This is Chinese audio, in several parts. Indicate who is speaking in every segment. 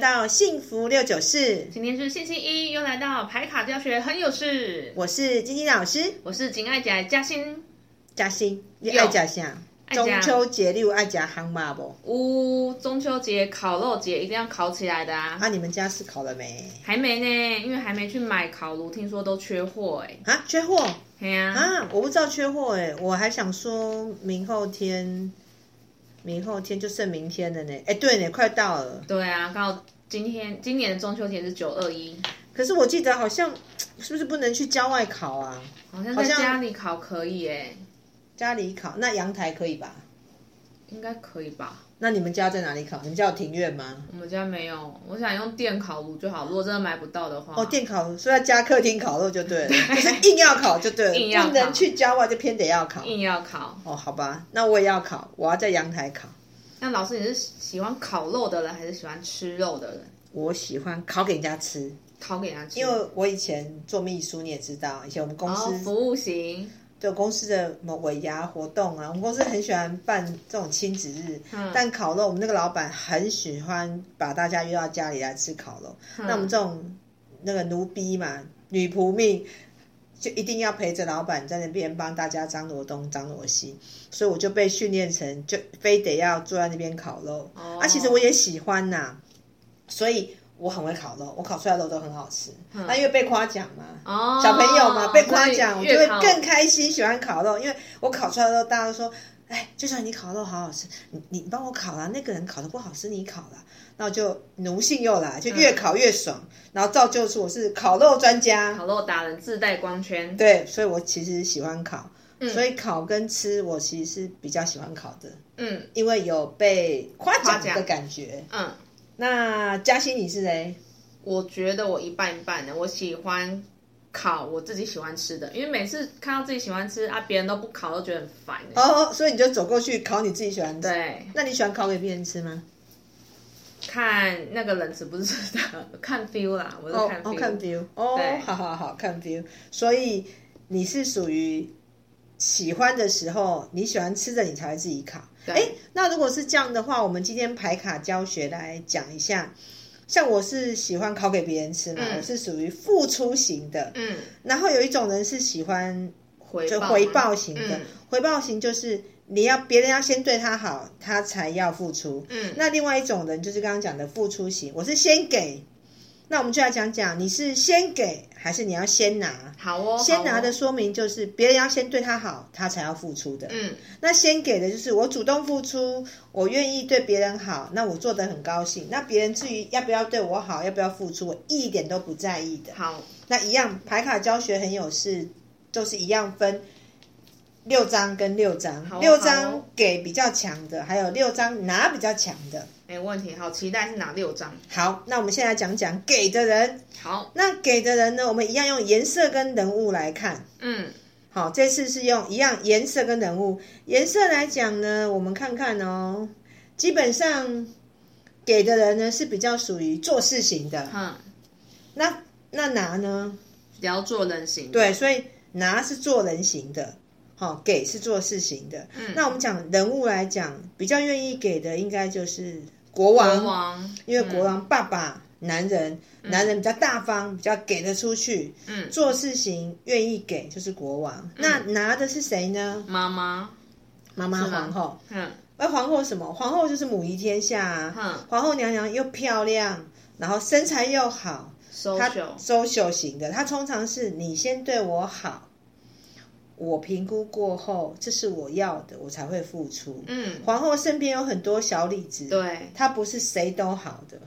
Speaker 1: 到幸福六九四，
Speaker 2: 今天是星期一，又来到排卡教学很有事。
Speaker 1: 我是晶晶老师，
Speaker 2: 我是景爱姐嘉欣，
Speaker 1: 嘉欣，你
Speaker 2: 有
Speaker 1: 爱吃啥？
Speaker 2: 吃
Speaker 1: 中秋节你有爱吃烘麻不？
Speaker 2: 呜，中秋节烤肉节一定要烤起来的啊！
Speaker 1: 啊，你们家是烤了没？
Speaker 2: 还没呢，因为还没去买烤炉，听说都缺货哎、
Speaker 1: 啊，缺货
Speaker 2: 嘿呀、啊，
Speaker 1: 啊！我不知道缺货哎、我还想说明后天，明后天就剩明天了呢。哎、对呢，快到了。
Speaker 2: 对啊，刚好今天今年的中秋节是九二一，
Speaker 1: 可是我记得好像是不是不能去郊外烤啊？
Speaker 2: 好像在
Speaker 1: 好像
Speaker 2: 家里烤可以哎、
Speaker 1: 家里烤，那阳台可以吧？
Speaker 2: 应该可以吧？
Speaker 1: 那你们家在哪里烤？你们家有庭院吗？
Speaker 2: 我们家没有，我想用电烤炉就好。如果真的买不到的话，
Speaker 1: 哦，电烤所以要加客厅烤肉就对了，就是硬要烤就对了，
Speaker 2: 硬要烤
Speaker 1: 不能去郊外就偏得要烤。
Speaker 2: 硬要烤。
Speaker 1: 哦，好吧，那我也要烤，我要在阳台烤。
Speaker 2: 那老师，你是喜欢烤肉的人，还是喜欢吃肉的人？
Speaker 1: 我喜欢烤给人家吃，
Speaker 2: 烤给他吃，
Speaker 1: 因为我以前做秘书，你也知道，以前我们公
Speaker 2: 然后
Speaker 1: 司、
Speaker 2: 哦服务型，
Speaker 1: 对公司的某尾牙活动啊，我们公司很喜欢办这种亲子日，
Speaker 2: 嗯
Speaker 1: 但烤肉我们那个老板很喜欢把大家约到家里来吃烤肉。
Speaker 2: 嗯
Speaker 1: 那我们这种那个奴婢嘛，女仆命。就一定要陪着老板在那边帮大家张罗东张罗西，所以我就被训练成就非得要坐在那边烤肉。
Speaker 2: 哦
Speaker 1: 啊，其实我也喜欢呐、所以我很会烤肉，我烤出来的肉都很好吃。那、因为被夸奖嘛，
Speaker 2: 嗯哦
Speaker 1: 小朋友嘛，被夸奖，我
Speaker 2: 所以
Speaker 1: 就会
Speaker 2: 越烤
Speaker 1: 更开心，喜欢烤肉，因为我烤出来的肉，大家都说，哎，就像你烤肉好好吃，你你帮我烤啦，那个人烤的不好吃，你烤啦，那我就奴性又来，就
Speaker 2: 嗯
Speaker 1: 越烤越爽，然后造就出我是烤肉专家，
Speaker 2: 烤肉达人自带光圈，
Speaker 1: 对，所以我其实喜欢烤，所以烤跟吃我其实是比较喜欢烤的，
Speaker 2: 嗯
Speaker 1: 因为有被夸
Speaker 2: 夸
Speaker 1: 奖
Speaker 2: 奖
Speaker 1: 的感觉。
Speaker 2: 嗯，
Speaker 1: 那嘉欣你是谁？
Speaker 2: 我觉得我一半一半的，我喜欢烤我自己喜欢吃的，因为每次看到自己喜欢吃啊，别人都不烤，都觉得很烦、欸。
Speaker 1: 哦，所以你就走过去烤你自己喜欢的。
Speaker 2: 对，
Speaker 1: 那你喜欢烤给别人吃吗？
Speaker 2: 看那个人吃不吃的，看 feel 啦，我是
Speaker 1: 哦
Speaker 2: 看 feel，、
Speaker 1: 哦，看 view 哦
Speaker 2: 对，
Speaker 1: 好好好，看 view。所以你是属于喜欢的时候，你喜欢吃的，你才会自己烤。
Speaker 2: 对
Speaker 1: 诶，那如果是这样的话，我们今天排卡教学来讲一下。像我是喜欢烤给别人吃嘛，
Speaker 2: 嗯
Speaker 1: 我是属于付出型的。
Speaker 2: 嗯，
Speaker 1: 然后有一种人是喜欢
Speaker 2: 回
Speaker 1: 就
Speaker 2: 报
Speaker 1: 回
Speaker 2: 吗
Speaker 1: 报型的，
Speaker 2: 嗯
Speaker 1: 回报型就是你要别人要先对他好，他才要付出。
Speaker 2: 嗯
Speaker 1: 那另外一种人就是刚刚讲的付出型，我是先给。那我们就来讲讲，你是先给还是你要先拿？
Speaker 2: 好哦，
Speaker 1: 先拿
Speaker 2: 好哦
Speaker 1: 的说明就是别人要先对他好，他才要付出的。
Speaker 2: 嗯
Speaker 1: 那先给的就是我主动付出，我愿意对别人好，那我做的很高兴。那别人至于要不要对我好，要不要付出，我一点都不在意的。
Speaker 2: 好，
Speaker 1: 那一样牌卡教学很有事，就是一样分六张跟六张，
Speaker 2: 好哦
Speaker 1: 六
Speaker 2: 好
Speaker 1: 张
Speaker 2: 哦
Speaker 1: 给比较强的，还有六张拿比较强的。
Speaker 2: 没问题，好期待是哪六张？
Speaker 1: 好，那我们现在讲讲给的人。
Speaker 2: 好，
Speaker 1: 那给的人呢，我们一样用颜色跟人物来看。
Speaker 2: 嗯
Speaker 1: 好，这次是用一样颜色跟人物。颜色来讲呢，我们看看哦，基本上给的人呢是比较属于做事型的。
Speaker 2: 嗯，
Speaker 1: 那那拿呢？
Speaker 2: 比较做人型，
Speaker 1: 对，所以拿是做人型的，好、给是做事型的。
Speaker 2: 嗯
Speaker 1: 那我们讲人物来讲，比较愿意给的应该就是国王，
Speaker 2: 国王，嗯
Speaker 1: 因为国王爸爸、男人，男人比较大方，比较给得出去，
Speaker 2: 嗯
Speaker 1: 做事情愿意给就是国王。那拿的是谁呢？
Speaker 2: 妈妈，
Speaker 1: 妈妈皇后。
Speaker 2: 嗯
Speaker 1: 那皇后什么？皇后就是母仪天下啊，
Speaker 2: 嗯
Speaker 1: 皇后娘娘又漂亮，然后身材又好，
Speaker 2: ，social，
Speaker 1: social 型的，它通常是你先对我好，我评估过后，这是我要的，我才会付出。
Speaker 2: 嗯，
Speaker 1: 皇后身边有很多小李子，
Speaker 2: 对，
Speaker 1: 她不是谁都好的，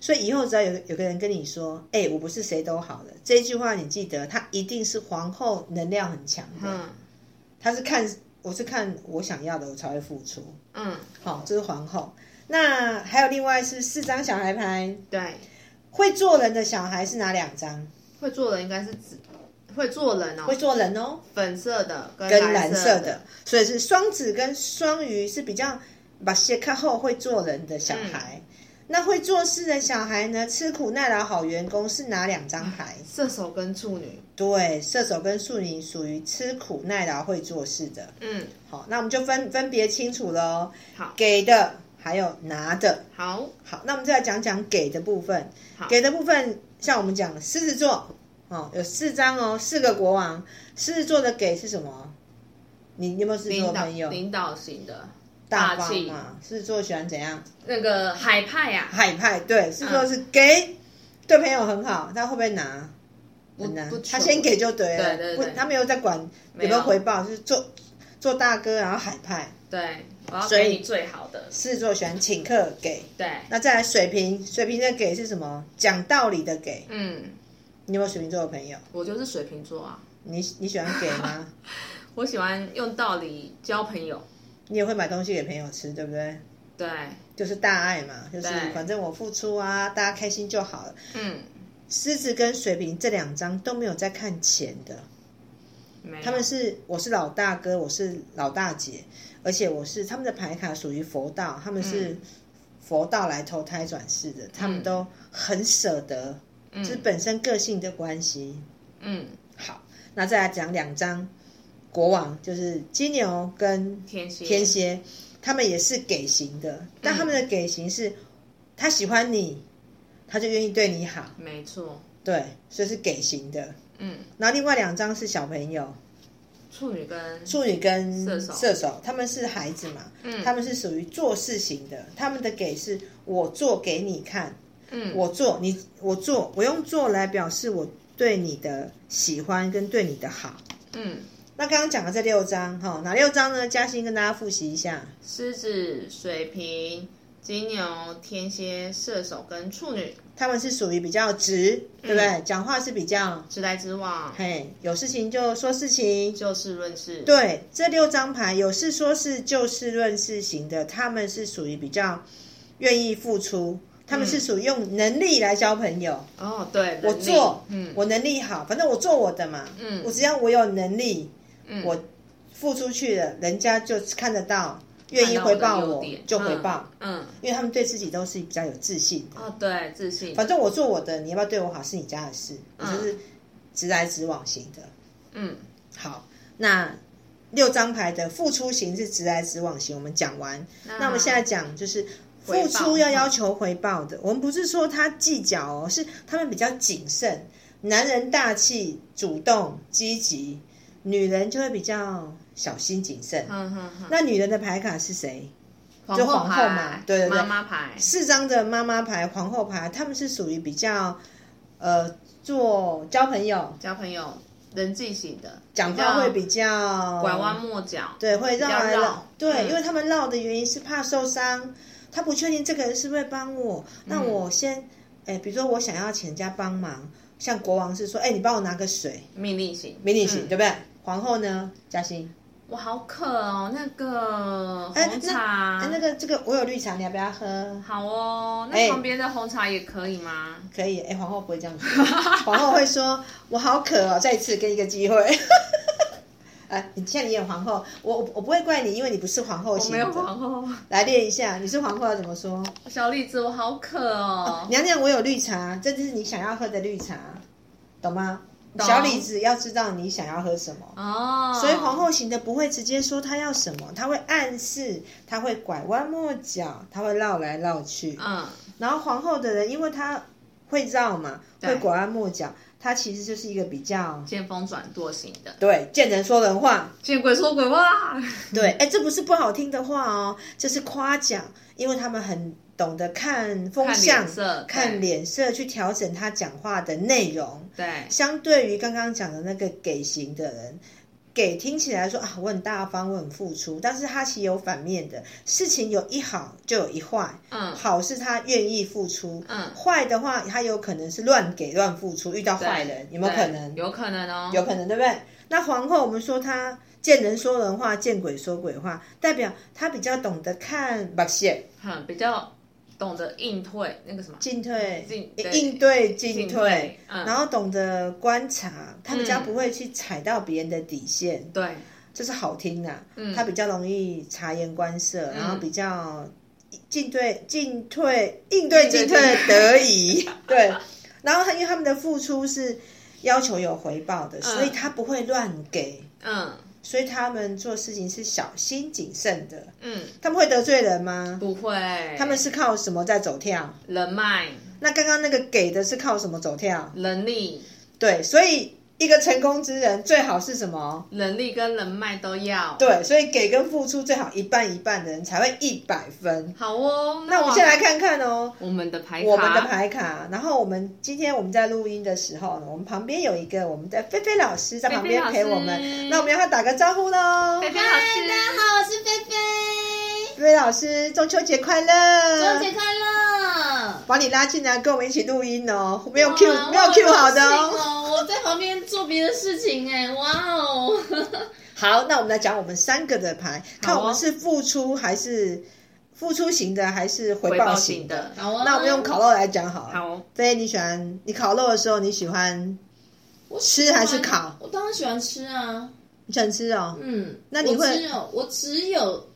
Speaker 1: 所以以后只要有有个人跟你说，哎、我不是谁都好的，这一句话你记得，她一定是皇后能量很强的，
Speaker 2: 嗯
Speaker 1: 她是看我是看我想要的，我才会付出。
Speaker 2: 嗯，
Speaker 1: 好、这是皇后。那还有另外是四张小孩牌，
Speaker 2: 对，
Speaker 1: 会做人的小孩是哪两张？
Speaker 2: 哎会做人应该是指会做人哦
Speaker 1: 会，做人哦，
Speaker 2: 粉色的跟
Speaker 1: 跟蓝
Speaker 2: 蓝
Speaker 1: 色
Speaker 2: 的
Speaker 1: 的，，所以是双子跟双鱼是比较把些看后会做人的小
Speaker 2: 嗯
Speaker 1: 孩。那会做事的小孩呢，吃苦耐劳好员工是哪两张牌？
Speaker 2: 射手跟处女，
Speaker 1: 对，射手跟处女属于吃苦耐劳会做事的。
Speaker 2: 嗯，
Speaker 1: 好，那我们就分分别清楚喽。哦
Speaker 2: 好，
Speaker 1: 给的还有拿的。
Speaker 2: 好，
Speaker 1: 好，那我们再来讲讲给的部分。给的部分，像我们讲狮子座，哦，有四张哦，四个国王。狮子座的给是什么？你你有没有狮子座
Speaker 2: 领导
Speaker 1: 朋友？
Speaker 2: 领导型的
Speaker 1: 大
Speaker 2: 大
Speaker 1: 方
Speaker 2: 气
Speaker 1: 嘛，狮子座喜欢怎样？
Speaker 2: 那个海派啊呀、
Speaker 1: 海派对，
Speaker 2: 嗯
Speaker 1: 狮子座是给，对朋友很好，他会不会拿？很难
Speaker 2: 不，
Speaker 1: 他
Speaker 2: 求
Speaker 1: 先给就对了，
Speaker 2: 对对
Speaker 1: 不
Speaker 2: 对，
Speaker 1: 他没有在管有没有回报，就是做做大哥，然后海派。
Speaker 2: 对，我要
Speaker 1: 所以
Speaker 2: 给你最好的，
Speaker 1: 狮子座喜欢请客给，
Speaker 2: 对，
Speaker 1: 那再来水瓶，水瓶的给是什么？讲道理的给。
Speaker 2: 嗯，
Speaker 1: 你有没有水瓶座的朋友？
Speaker 2: 我就是水瓶座啊，
Speaker 1: 你你喜欢给 吗？
Speaker 2: 我喜欢用道理交朋友，
Speaker 1: 你也会买东西给朋友吃，对不对？
Speaker 2: 对，
Speaker 1: 就是大爱嘛，就是
Speaker 2: 对
Speaker 1: 反正我付出啊，大家开心就好了。
Speaker 2: 嗯，
Speaker 1: 狮子跟水瓶这两张都没有在看钱的，
Speaker 2: 没有
Speaker 1: 他们是我是老大哥，我是老大姐，而且我是他们的牌卡属于佛道，他们是
Speaker 2: 嗯
Speaker 1: 佛道来投胎转世的，他们都很舍得，就是本身个性的关系。
Speaker 2: 嗯
Speaker 1: 好，那再来讲两张国王，就是金牛跟
Speaker 2: 天蝎
Speaker 1: 天蝎，他们也是给型
Speaker 2: 嗯
Speaker 1: 的，但他们的给型是，他喜欢你，他就愿意对你好，
Speaker 2: 没错，
Speaker 1: 对，所以是给型的。
Speaker 2: 嗯，
Speaker 1: 然后另外两张是小朋友，
Speaker 2: 处女跟
Speaker 1: 处女跟
Speaker 2: 射手
Speaker 1: 他们是孩子嘛，
Speaker 2: 嗯
Speaker 1: 他们是属于做事型的，他们的给是我做给你看，
Speaker 2: 嗯
Speaker 1: 我做你我做，我用做来表示我对你的喜欢跟对你的好。
Speaker 2: 嗯
Speaker 1: 那刚刚讲的这六张哈，哪六张呢？嘉欣跟大家复习一下。
Speaker 2: 狮子、水瓶、金牛、天蝎、射手跟处女，
Speaker 1: 他们是属于比较直，对不对？讲话是比较，
Speaker 2: 直来直往，
Speaker 1: 嘿，有事情就说事情。
Speaker 2: 就事论事，
Speaker 1: 对，哎这六张牌有事说事、就事论事型的，他们是属于比较愿意付出，他们是属于用能力来交朋友。
Speaker 2: 哦，对，
Speaker 1: 我
Speaker 2: 能力
Speaker 1: 做，
Speaker 2: 嗯，
Speaker 1: 我能力好，反正我做我的嘛，
Speaker 2: 嗯
Speaker 1: 我只要我有能力，
Speaker 2: 嗯
Speaker 1: 我付出去了，人家就看得到，愿意
Speaker 2: 看到
Speaker 1: 回
Speaker 2: 我
Speaker 1: 报
Speaker 2: 的优
Speaker 1: 我
Speaker 2: 点
Speaker 1: 就回报，，
Speaker 2: 嗯，嗯
Speaker 1: 因为他们对自己都是比较有自信的。
Speaker 2: 哦，对，自信，
Speaker 1: 反正我做我的，你要不要对我好是你家的事，我就是直来直往型的。
Speaker 2: 嗯
Speaker 1: 好，那六张牌的付出型是直来直往型，我们讲完。那我们现在讲就是付出
Speaker 2: 嗯
Speaker 1: 要要求回报的，我们不是说他计较哦，是他们比较谨慎。男人大气、主动、积极，女人就会比较小心谨慎。
Speaker 2: 嗯哼哼，
Speaker 1: 那女人的牌卡是谁？
Speaker 2: 皇
Speaker 1: 皇后
Speaker 2: 牌
Speaker 1: 嘛对对对
Speaker 2: 妈妈牌，
Speaker 1: 四张的妈妈牌、皇后牌，他们是属于比较呃做交朋友，
Speaker 2: 交朋友人际型的，
Speaker 1: 讲话会比较
Speaker 2: 拐弯抹角，
Speaker 1: 对，会绕来
Speaker 2: 比较
Speaker 1: 绕
Speaker 2: 绕，
Speaker 1: 对，
Speaker 2: 嗯
Speaker 1: 因为他们绕的原因是怕受伤，他不确定这个人是不是会帮我，那我先，哎，比如说我想要请人家帮忙，像国王是说，哎，你帮我拿个水，
Speaker 2: 命令型，
Speaker 1: 迷你型，
Speaker 2: 嗯
Speaker 1: 对不对？皇后呢，嘉欣，
Speaker 2: 我好渴哦，那个
Speaker 1: 哎
Speaker 2: 红，茶
Speaker 1: 那哎，那个这个我有绿茶，你要不要喝？
Speaker 2: 好哦，
Speaker 1: 哎
Speaker 2: 那旁边的红茶也可以吗？
Speaker 1: 可以，哎，皇后不会这样说， 皇后会说，我好渴哦，再一次给你一个机会。 哎，你现在你演皇后，我我我不会怪你，因为你不是皇后
Speaker 2: 我
Speaker 1: 型
Speaker 2: 没有
Speaker 1: 的。
Speaker 2: 皇后，
Speaker 1: 来练一下，你是皇后要怎么说？
Speaker 2: 小栗子，我好渴哦。
Speaker 1: 娘娘，我有绿茶，这就是你想要喝的绿茶，懂吗？
Speaker 2: 懂
Speaker 1: 小李子要知道你想要喝什么，
Speaker 2: 哦，
Speaker 1: 所以皇后型的不会直接说她要什么，她会暗示，她会拐弯抹角，她会绕来绕去。
Speaker 2: 嗯
Speaker 1: 然后皇后的人，因为她会绕嘛，会拐弯抹角，她其实就是一个比较
Speaker 2: 见风转舵型的，
Speaker 1: 对见人说人话。
Speaker 2: 见鬼说鬼话。
Speaker 1: 对，哎，这不是不好听的话哦，这是夸奖，因为他们很懂得看风
Speaker 2: 看
Speaker 1: 向
Speaker 2: 脸。色，
Speaker 1: 看
Speaker 2: 对
Speaker 1: 脸色去调整他讲话的内容。
Speaker 2: 对，
Speaker 1: 相对于刚刚讲的那个给型的人，给听起来说啊，我很大方，我很付出，但是他其实有反面的事情，有一好就有一坏。
Speaker 2: 嗯
Speaker 1: 好是他愿意付出，
Speaker 2: 嗯
Speaker 1: 坏的话他有可能是乱给乱付出，遇到坏人有没有可能？
Speaker 2: 嗯有可能哦，
Speaker 1: 有可能，对不对？那皇后，我们说她见人说人话，见鬼说鬼话，代表她比较懂得看目线，
Speaker 2: 很嗯比较懂得应退那个什么
Speaker 1: 进退
Speaker 2: 进
Speaker 1: 应
Speaker 2: 对
Speaker 1: 应对进退，，
Speaker 2: 嗯，
Speaker 1: 然后懂得观察，他比较不会去踩到别人的底线，
Speaker 2: 对，
Speaker 1: 这是好听的、他比较容易察言观色，然后比较进对嗯进退应对进退得宜，对。然后他嗯因为他们的付出是要求有回报的，所以他不会乱给，
Speaker 2: 嗯，
Speaker 1: 所以他们做事情是小心谨慎的。
Speaker 2: 嗯，
Speaker 1: 他们会得罪人吗？
Speaker 2: 不会，
Speaker 1: 他们是靠什么在走跳？
Speaker 2: 人脉、
Speaker 1: 那刚刚那个给的是靠什么走跳？
Speaker 2: 能力、
Speaker 1: 对，所以一个成功之人最好是什么？
Speaker 2: 能力跟人脉都要。
Speaker 1: 对，所以给跟付出最好一半一半的人才会一百分。
Speaker 2: 好哦，那
Speaker 1: 那我们先来看看哦，
Speaker 2: 我们的牌卡，
Speaker 1: 我们的牌卡。然后我们今天我们在录音的时候呢，我们旁边有一个我们的菲菲老师在旁边陪我们。
Speaker 2: 菲菲老师
Speaker 1: 那我们要和他打个招呼喽，
Speaker 2: 菲菲老
Speaker 3: 嗨，大家
Speaker 2: 师，
Speaker 3: 好，我是菲菲，
Speaker 1: 菲菲老师，中秋节快乐！
Speaker 3: 中秋节快乐！
Speaker 1: 把你拉进来跟我们一起录音哦，没有 Q
Speaker 3: 哇
Speaker 1: 没有 Q 好的
Speaker 3: 我
Speaker 1: 哦。
Speaker 3: 好幸我在旁边做别的事情哎，哇哦！
Speaker 1: 好，那我们来讲我们三个的牌，看
Speaker 2: 好哦
Speaker 1: 我们是付出还是付出型的，还是回
Speaker 2: 回
Speaker 1: 报
Speaker 2: 报
Speaker 1: 型
Speaker 2: 型
Speaker 1: 的。
Speaker 2: 的，哦
Speaker 3: 好啊，
Speaker 1: 那我们用烤肉来讲好了。哦
Speaker 2: 好，
Speaker 1: 菲，你喜欢你烤肉的时候，你喜欢
Speaker 3: 我
Speaker 1: 吃
Speaker 3: 喜欢
Speaker 1: 还是烤
Speaker 3: 我当然喜欢吃啊，
Speaker 1: 你想吃哦？
Speaker 3: 嗯，
Speaker 1: 那你会
Speaker 3: 我只有我只有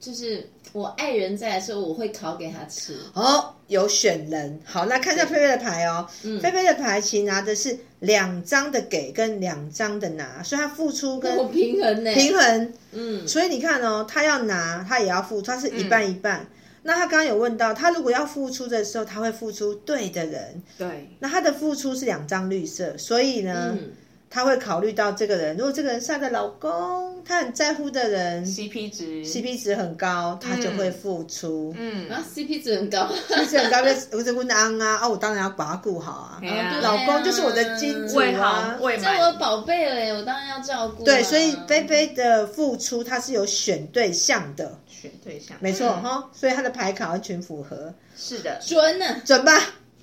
Speaker 3: 就是我爱人在的时候，我会烤给他吃。
Speaker 1: 哦，有选人。好，那看一下菲菲的牌哦。
Speaker 3: 嗯
Speaker 1: 菲菲的牌其实拿的是两张的给跟两张的拿，所以他付出
Speaker 3: 我
Speaker 1: 跟
Speaker 3: 平衡呢、
Speaker 1: 平衡。
Speaker 3: 嗯，
Speaker 1: 所以你看哦，他要拿，他也要付出，他是一半一半。那他刚刚有问到，他如果要付出的时候，他会付出对的人。
Speaker 2: 对，
Speaker 1: 那他的付出是两张绿色，所以呢，
Speaker 3: 嗯，
Speaker 1: 他会考虑到这个人，如果这个人是他的老公，他很在乎的人
Speaker 2: CP 值
Speaker 1: ，CP 值很高，他就会付出。
Speaker 2: 嗯，
Speaker 3: 然后 CP 值很高，
Speaker 1: CP 值很高，就是我是问安啊，啊，我当然要把他顾好啊。
Speaker 2: 对啊
Speaker 1: 老公就是我的金主
Speaker 2: 喂
Speaker 1: 啊
Speaker 2: 好。喂
Speaker 3: 这 我
Speaker 2: 满，
Speaker 3: 的宝贝嘞，我当然要照顾啊、
Speaker 1: 对，所以菲菲的付出，他是有选对象的，
Speaker 2: 选对象，
Speaker 1: 没错
Speaker 2: 嗯
Speaker 1: 哈、所以他的牌卡完全符合。
Speaker 2: 是的，
Speaker 3: 准呢、啊，
Speaker 1: 准吧？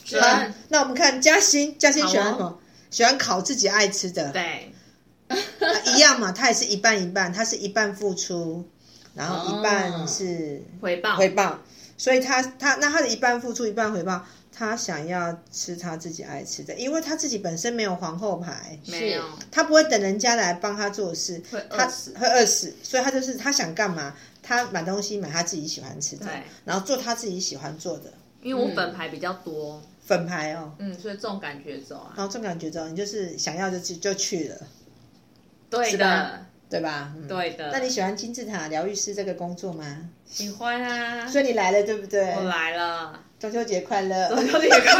Speaker 2: 准
Speaker 1: 好嗯那我们看嘉欣，嘉欣喜欢什
Speaker 2: 好哦
Speaker 1: 么？喜欢烤自己爱吃的，
Speaker 2: 对，
Speaker 1: 啊一样嘛，她也是一半一半，她是一半付出，然后
Speaker 3: 哦
Speaker 1: 一半是
Speaker 2: 回报，
Speaker 1: 回报，所以她她那她的一半付出一半回报，她想要吃她自己爱吃的，因为她自己本身没有皇后牌，
Speaker 2: 没有，
Speaker 1: 她不会等人家来帮她做事，
Speaker 2: 会
Speaker 1: 她
Speaker 2: 饿死，
Speaker 1: 会饿死，所以她就是她想干嘛，她买东西买她自己喜欢吃的
Speaker 2: 对，
Speaker 1: 然后做她自己喜欢做的
Speaker 2: 因为我本牌比较多，
Speaker 1: 粉牌哦，
Speaker 2: 嗯，所以重感觉走啊，
Speaker 1: 然后这种感觉之后，你就是想要就去就去了，
Speaker 2: 对
Speaker 1: 是吧
Speaker 2: 的，
Speaker 1: 对吧？嗯、
Speaker 2: 对的
Speaker 1: 那你喜欢金字塔疗愈师这个工作 吗？
Speaker 2: 喜欢啊，
Speaker 1: 所以你来了，对不对？
Speaker 2: 我来了，
Speaker 1: 中秋节快乐！
Speaker 2: 我有点快，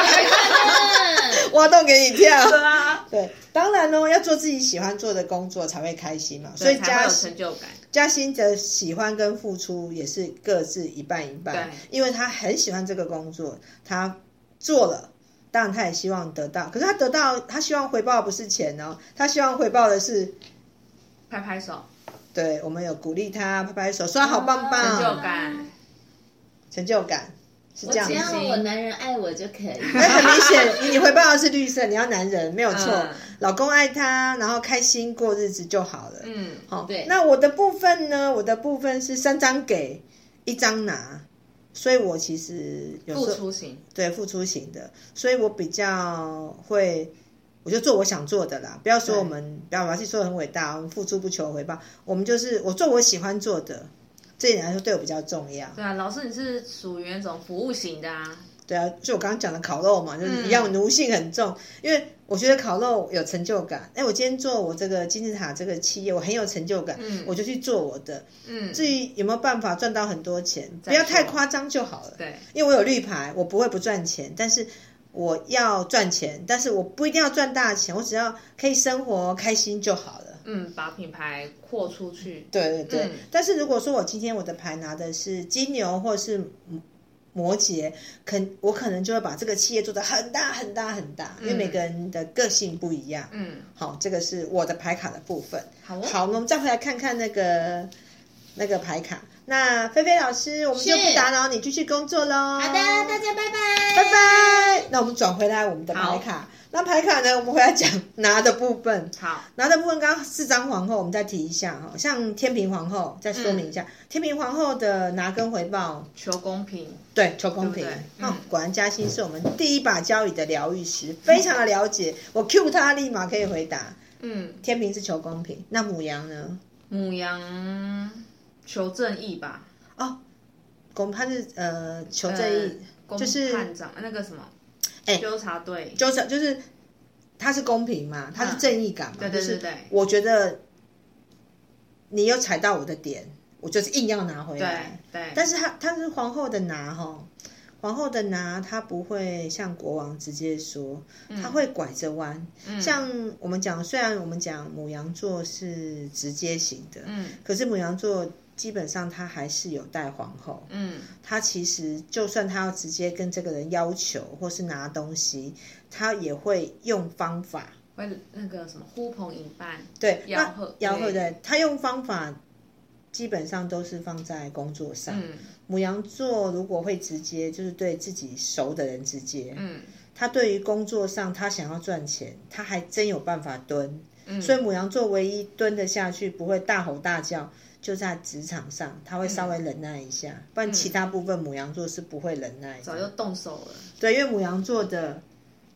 Speaker 3: 嗯
Speaker 1: 挖洞给你跳。
Speaker 2: 对啊，
Speaker 1: 对，当然喽、要做自己喜欢做的工作才会开心嘛。所以
Speaker 2: 才会
Speaker 1: 嘉
Speaker 2: 有成就感，
Speaker 1: 嘉欣的喜欢跟付出也是各自一半一半
Speaker 2: 对，
Speaker 1: 因为她很喜欢这个工作，她做了。当然，她也希望得到，可是她得到，她希望回报不是钱哦，她希望回报的是
Speaker 2: 拍拍手，
Speaker 1: 对，我们有鼓励他，拍拍手，说他好棒棒，
Speaker 2: 成
Speaker 1: 成
Speaker 2: 就
Speaker 1: 就
Speaker 2: 感，
Speaker 1: 感是
Speaker 3: 我
Speaker 1: 这样子。
Speaker 3: 只要我男人爱我就可以。
Speaker 1: 但 很明显，你回报的是绿色，你要男人没有错，
Speaker 2: 嗯
Speaker 1: 老公爱他，然后开心过日子就好了。
Speaker 2: 嗯，
Speaker 1: 好、
Speaker 3: 对
Speaker 1: 那我的部分呢？我的部分是三张给，一张拿，所以我其实有
Speaker 2: 付
Speaker 1: 时候
Speaker 2: 出型，
Speaker 1: 对付出型的，所以我比较会。我就做我想做的啦，不要说我们不要把自己说的很伟大，我们付出不求回报，我们就是我做我喜欢做的，这一点来说对我比较重要。
Speaker 2: 对啊，老师你是属于那种服务型的啊，
Speaker 1: 对啊，就我刚刚讲的烤肉嘛，就是一样
Speaker 2: 嗯
Speaker 1: 奴性很重，因为我觉得烤肉有成就感。哎，我今天做我这个金字塔这个企业，我很有成就感，
Speaker 2: 嗯
Speaker 1: 我就去做我的。
Speaker 2: 嗯，
Speaker 1: 至于有没有办法赚到很多钱，
Speaker 2: 再
Speaker 1: 不要太
Speaker 2: 说
Speaker 1: 夸张就好了。
Speaker 2: 对，
Speaker 1: 因为我有绿牌，我不会不赚钱，但是我要赚钱，但是我不一定要赚大钱，我只要可以生活开心就好了。
Speaker 2: 嗯，把品牌扩出去，
Speaker 1: 对对对，
Speaker 2: 嗯
Speaker 1: 但是如果说我今天我的牌拿的是金牛或者是摩摩羯，肯我可能就会把这个企业做得很大很大很大，因为每个人的个性不一样。
Speaker 2: 嗯，
Speaker 1: 好，这个是我的牌卡的部分。
Speaker 2: 好哦，
Speaker 1: 好，那我们再回来看看那个那个牌卡。那菲菲老师，我们就不打扰你，继续工作喽。
Speaker 3: 好的，大家拜拜，
Speaker 1: 拜。拜。那我们转回来我们的牌卡。那牌卡呢？我们回来讲拿的部分。
Speaker 2: 好，
Speaker 1: 拿的部分，刚刚四张皇后，我们再提一下哈，像天平皇后，再说明一下，天平皇后的拿跟回报，
Speaker 2: 嗯求公平，
Speaker 1: 对，求公平。
Speaker 2: 对不对
Speaker 1: 哦
Speaker 2: 嗯，
Speaker 1: 果然嘉欣是我们第一把交椅的疗愈师，非常的了解。我 Q 他立马可以回答。
Speaker 2: 嗯，
Speaker 1: 天平是求公平，那母羊呢？
Speaker 2: 母羊求正义吧，
Speaker 1: 哦公他是呃求正义，
Speaker 2: 公
Speaker 1: 就是
Speaker 2: 嗯探长那个什么，
Speaker 1: 哎
Speaker 2: 纠察队，
Speaker 1: 就是就是他是公平嘛，他是正义感嘛，
Speaker 2: 啊对对
Speaker 1: 就是
Speaker 2: 对对
Speaker 1: 我觉得你有踩到我的点，我就是硬要拿回来。
Speaker 2: 对对
Speaker 1: 但是他他是皇后的拿哈，皇后的拿他不会像国王直接说，
Speaker 2: 嗯
Speaker 1: 他会拐着弯。像我们讲，虽然我们讲母羊座是直接型的，嗯，可是母羊座基本上他还是有带皇后，
Speaker 2: 嗯，
Speaker 1: 他其实就算他要直接跟这个人要求或是拿东西，他也会用方法。
Speaker 2: 会那个什么呼朋引伴，
Speaker 1: 对，
Speaker 2: 吆
Speaker 1: 那
Speaker 2: 喝
Speaker 1: 吆喝
Speaker 2: 对
Speaker 1: 的，他用方法基本上都是放在工作上。
Speaker 2: 嗯
Speaker 1: 母羊座如果会直接，就是对自己熟的人直接。
Speaker 2: 嗯
Speaker 1: 他对于工作上，他想要赚钱，他还真有办法蹲。
Speaker 2: 嗯，
Speaker 1: 所以母羊座唯一蹲得下去，不会大吼大叫，就在职场上，他会
Speaker 2: 嗯
Speaker 1: 稍微忍耐一下，不然其他部分母羊座是不会忍耐的。
Speaker 2: 早就动手了，
Speaker 1: 对，因为母羊座的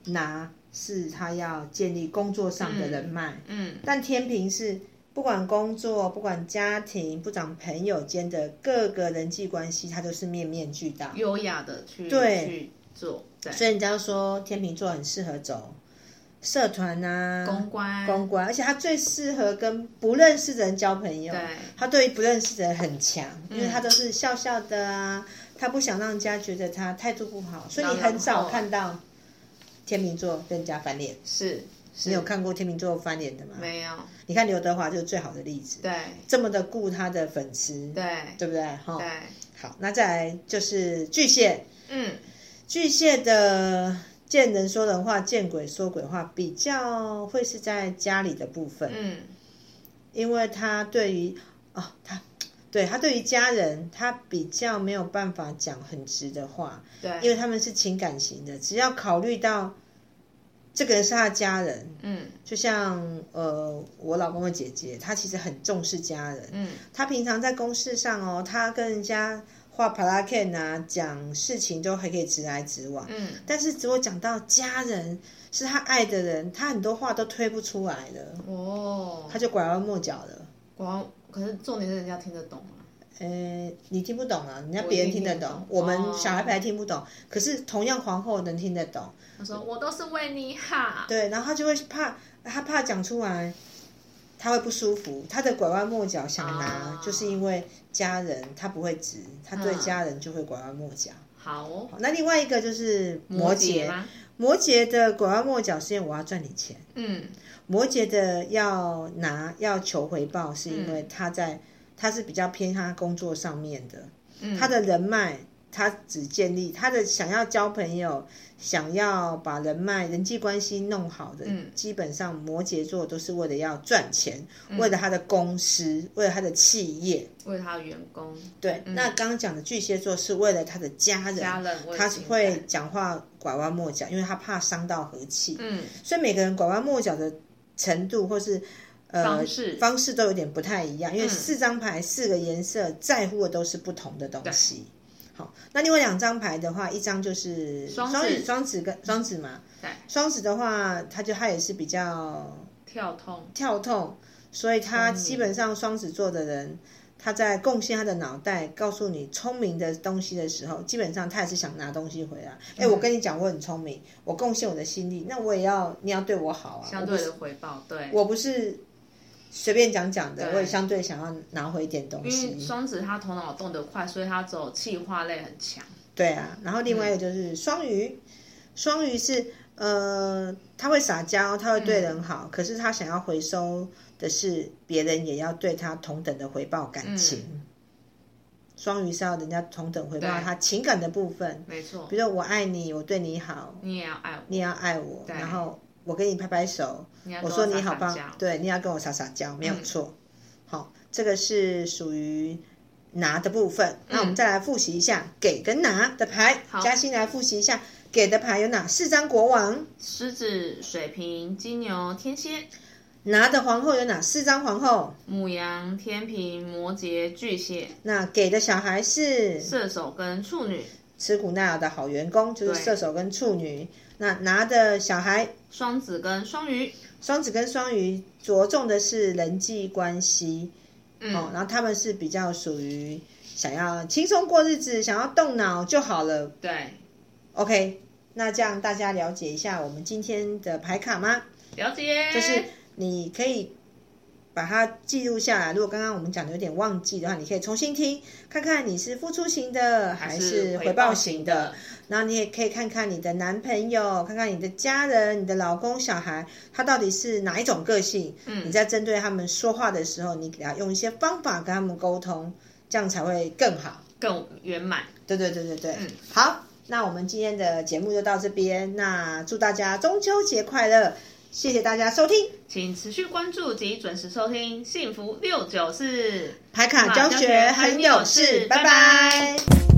Speaker 1: 拿是他要建立工作上的人脉，
Speaker 2: 嗯
Speaker 1: 但天平是不管工作、不管家庭、不管朋友间的各个人际关系，它都是面面俱到。
Speaker 2: 优雅的去
Speaker 1: 对
Speaker 2: 去做，对，
Speaker 1: 所以人家说天秤座很适合走社团啊、
Speaker 2: 公关
Speaker 1: 公关，而且他最适合跟不认识的人交朋友。
Speaker 2: 对
Speaker 1: 他对于不认识的人很强，因为
Speaker 2: 嗯
Speaker 1: 他都是笑笑的啊，他不想让人家觉得他态度不好，所以你很
Speaker 2: 然
Speaker 1: 少
Speaker 2: 后
Speaker 1: 看到天秤座跟人家翻脸。
Speaker 2: 啊是是
Speaker 1: 你有看过天秤座翻脸的吗？
Speaker 2: 没有？
Speaker 1: 你看刘德华就是最好的例子，
Speaker 2: 对
Speaker 1: 这么的顾他的粉丝，对
Speaker 2: 对
Speaker 1: 对不对？哈，
Speaker 2: 对，
Speaker 1: 好，那再来就是巨蟹，
Speaker 2: 嗯
Speaker 1: 巨蟹的见人说人话，见鬼说鬼话，比较会是在家里的部分，
Speaker 2: 嗯
Speaker 1: 因为他对于哦，他对他对于家人，他比较没有办法讲很直的话，
Speaker 2: 对，
Speaker 1: 因为他们是情感型的，只要考虑到这个人是他的家人，
Speaker 2: 嗯
Speaker 1: 就像呃，我老公的姐姐，她其实很重视家人，
Speaker 2: 嗯
Speaker 1: 她平常在公事上哦，她跟人家画 p a l a k e n 啊，讲事情都还可以直来直往，
Speaker 2: 嗯，
Speaker 1: 但是只有讲到家人是她爱的人，她很多话都推不出来了，
Speaker 2: 哦，
Speaker 1: 她就拐弯抹角了。
Speaker 2: 广可是重点是人家听得懂吗？
Speaker 1: 呃，你听不懂啊，人家别人听得懂，我
Speaker 2: 我一定听不懂哦
Speaker 1: 们小孩还听不懂。可是同样皇后能听得懂，
Speaker 2: 他说我都是为你好，
Speaker 1: 对，然后他就会怕，他怕讲出来，他会不舒服。他的拐弯抹角想拿，
Speaker 2: 啊
Speaker 1: 就是因为家人他不会直，他对
Speaker 2: 嗯
Speaker 1: 家人就会拐弯抹角。
Speaker 2: 好哦，
Speaker 1: 那另外一个就是摩羯，
Speaker 2: 吗？
Speaker 1: 摩羯的拐弯抹角是因为我要赚你钱，
Speaker 2: 嗯
Speaker 1: 摩羯的要拿要求回报，是因为他在、他是比较偏他工作上面的，
Speaker 2: 嗯，
Speaker 1: 他的人脉。他只建立他的想要交朋友，想要把人脉、人际关系弄好的，
Speaker 2: 嗯
Speaker 1: 基本上摩羯座都是为了要赚钱，为了他的公司，为了他的企业。
Speaker 2: 为他的员工，
Speaker 1: 对，那刚刚讲的巨蟹座是为了他的家人，
Speaker 2: 家人为了
Speaker 1: 他
Speaker 2: 情感
Speaker 1: 会讲话拐弯抹角，因为他怕伤到和气。
Speaker 2: 嗯
Speaker 1: 所以每个人拐弯抹角的程度或是呃
Speaker 2: 方式
Speaker 1: 方式都有点不太一样，
Speaker 2: 嗯
Speaker 1: 因为四张牌、四个颜色在乎的都是不同的东西。好，那另外两张牌的话，一张就是
Speaker 2: 双子嗯
Speaker 1: 双子双子跟双子嘛，
Speaker 2: 对，
Speaker 1: 双子的话，它就它也是比较
Speaker 2: 跳痛，
Speaker 1: 跳痛，所以他
Speaker 2: 聪明
Speaker 1: 基本上双子座的人，他在贡献他的脑袋，告诉你聪明的东西的时候，基本上他也是想拿东西回来。哎、
Speaker 2: 嗯
Speaker 1: 我跟你讲，我很聪明，我贡献我的心力，那我也要你要对我好啊。
Speaker 2: 相对的回报，对，
Speaker 1: 我不是，我不是随便讲讲的，
Speaker 2: 对
Speaker 1: 我也相对想要拿回一点东
Speaker 2: 因为
Speaker 1: 西。
Speaker 2: 双子他头脑动得快，所以他走气化类很强，
Speaker 1: 对啊，然后另外一个
Speaker 2: 嗯
Speaker 1: 就是双鱼，双鱼是呃，他会撒娇，他会对人
Speaker 2: 嗯
Speaker 1: 好，可是他想要回收的是别人也要对他同等的回报感情。双鱼是要人家同等回报
Speaker 2: 嗯对
Speaker 1: 他情感的部分，
Speaker 2: 没错，
Speaker 1: 比如说我爱你，我对你好，
Speaker 2: 你也要爱我，
Speaker 1: 你也要爱我，
Speaker 2: 对
Speaker 1: 然后我跟你拍拍手，
Speaker 2: 你要
Speaker 1: 我
Speaker 2: 跟
Speaker 1: 说你
Speaker 2: 撒
Speaker 1: 好
Speaker 2: 撒
Speaker 1: 棒
Speaker 2: 娇，嗯
Speaker 1: 对，你要跟我撒撒娇，没有错。好，这个是属于拿的部分。那我
Speaker 2: 嗯
Speaker 1: 们再来复习一下给跟拿的牌。嘉欣来复习一下给的牌有哪四张国王，
Speaker 2: 狮子、水瓶、金牛、天蝎、
Speaker 1: 拿的皇后有哪四张皇后？
Speaker 2: 母羊、天平、摩羯、巨蟹、
Speaker 1: 那给的小孩是
Speaker 2: 射手跟处女，
Speaker 1: 吃苦耐劳的好员工，就是
Speaker 2: 对
Speaker 1: 射手跟处女。那拿的小孩，
Speaker 2: 双子跟双鱼，
Speaker 1: 双子跟双鱼着重的是人际关系，
Speaker 2: 嗯，
Speaker 1: 哦，然后他们是比较属于想要轻松过日子，想要动脑就好了。
Speaker 2: 对，
Speaker 1: OK，那这样大家了解一下我们今天的牌卡吗？
Speaker 2: 了解，
Speaker 1: 就是你可以把它记录下来。如果刚刚我们讲的有点忘记的话，你可以重新听，看看你是付出型的还是回报型的。然后你也可以看看你的男朋友，看看你的家人、你的老公、小孩，他到底是哪一种个性。嗯，你在针对他们说话的时候，你给他用一些方法跟他们沟通，这样才会更好。嗯
Speaker 2: 更圆满。
Speaker 1: 对对对对对，好，那我们今天的节目就到这边。那祝大家中秋节快乐，谢谢大家收听
Speaker 2: 请持续关注及准时收听《幸福六九四》
Speaker 1: 排卡教学很有事，拜拜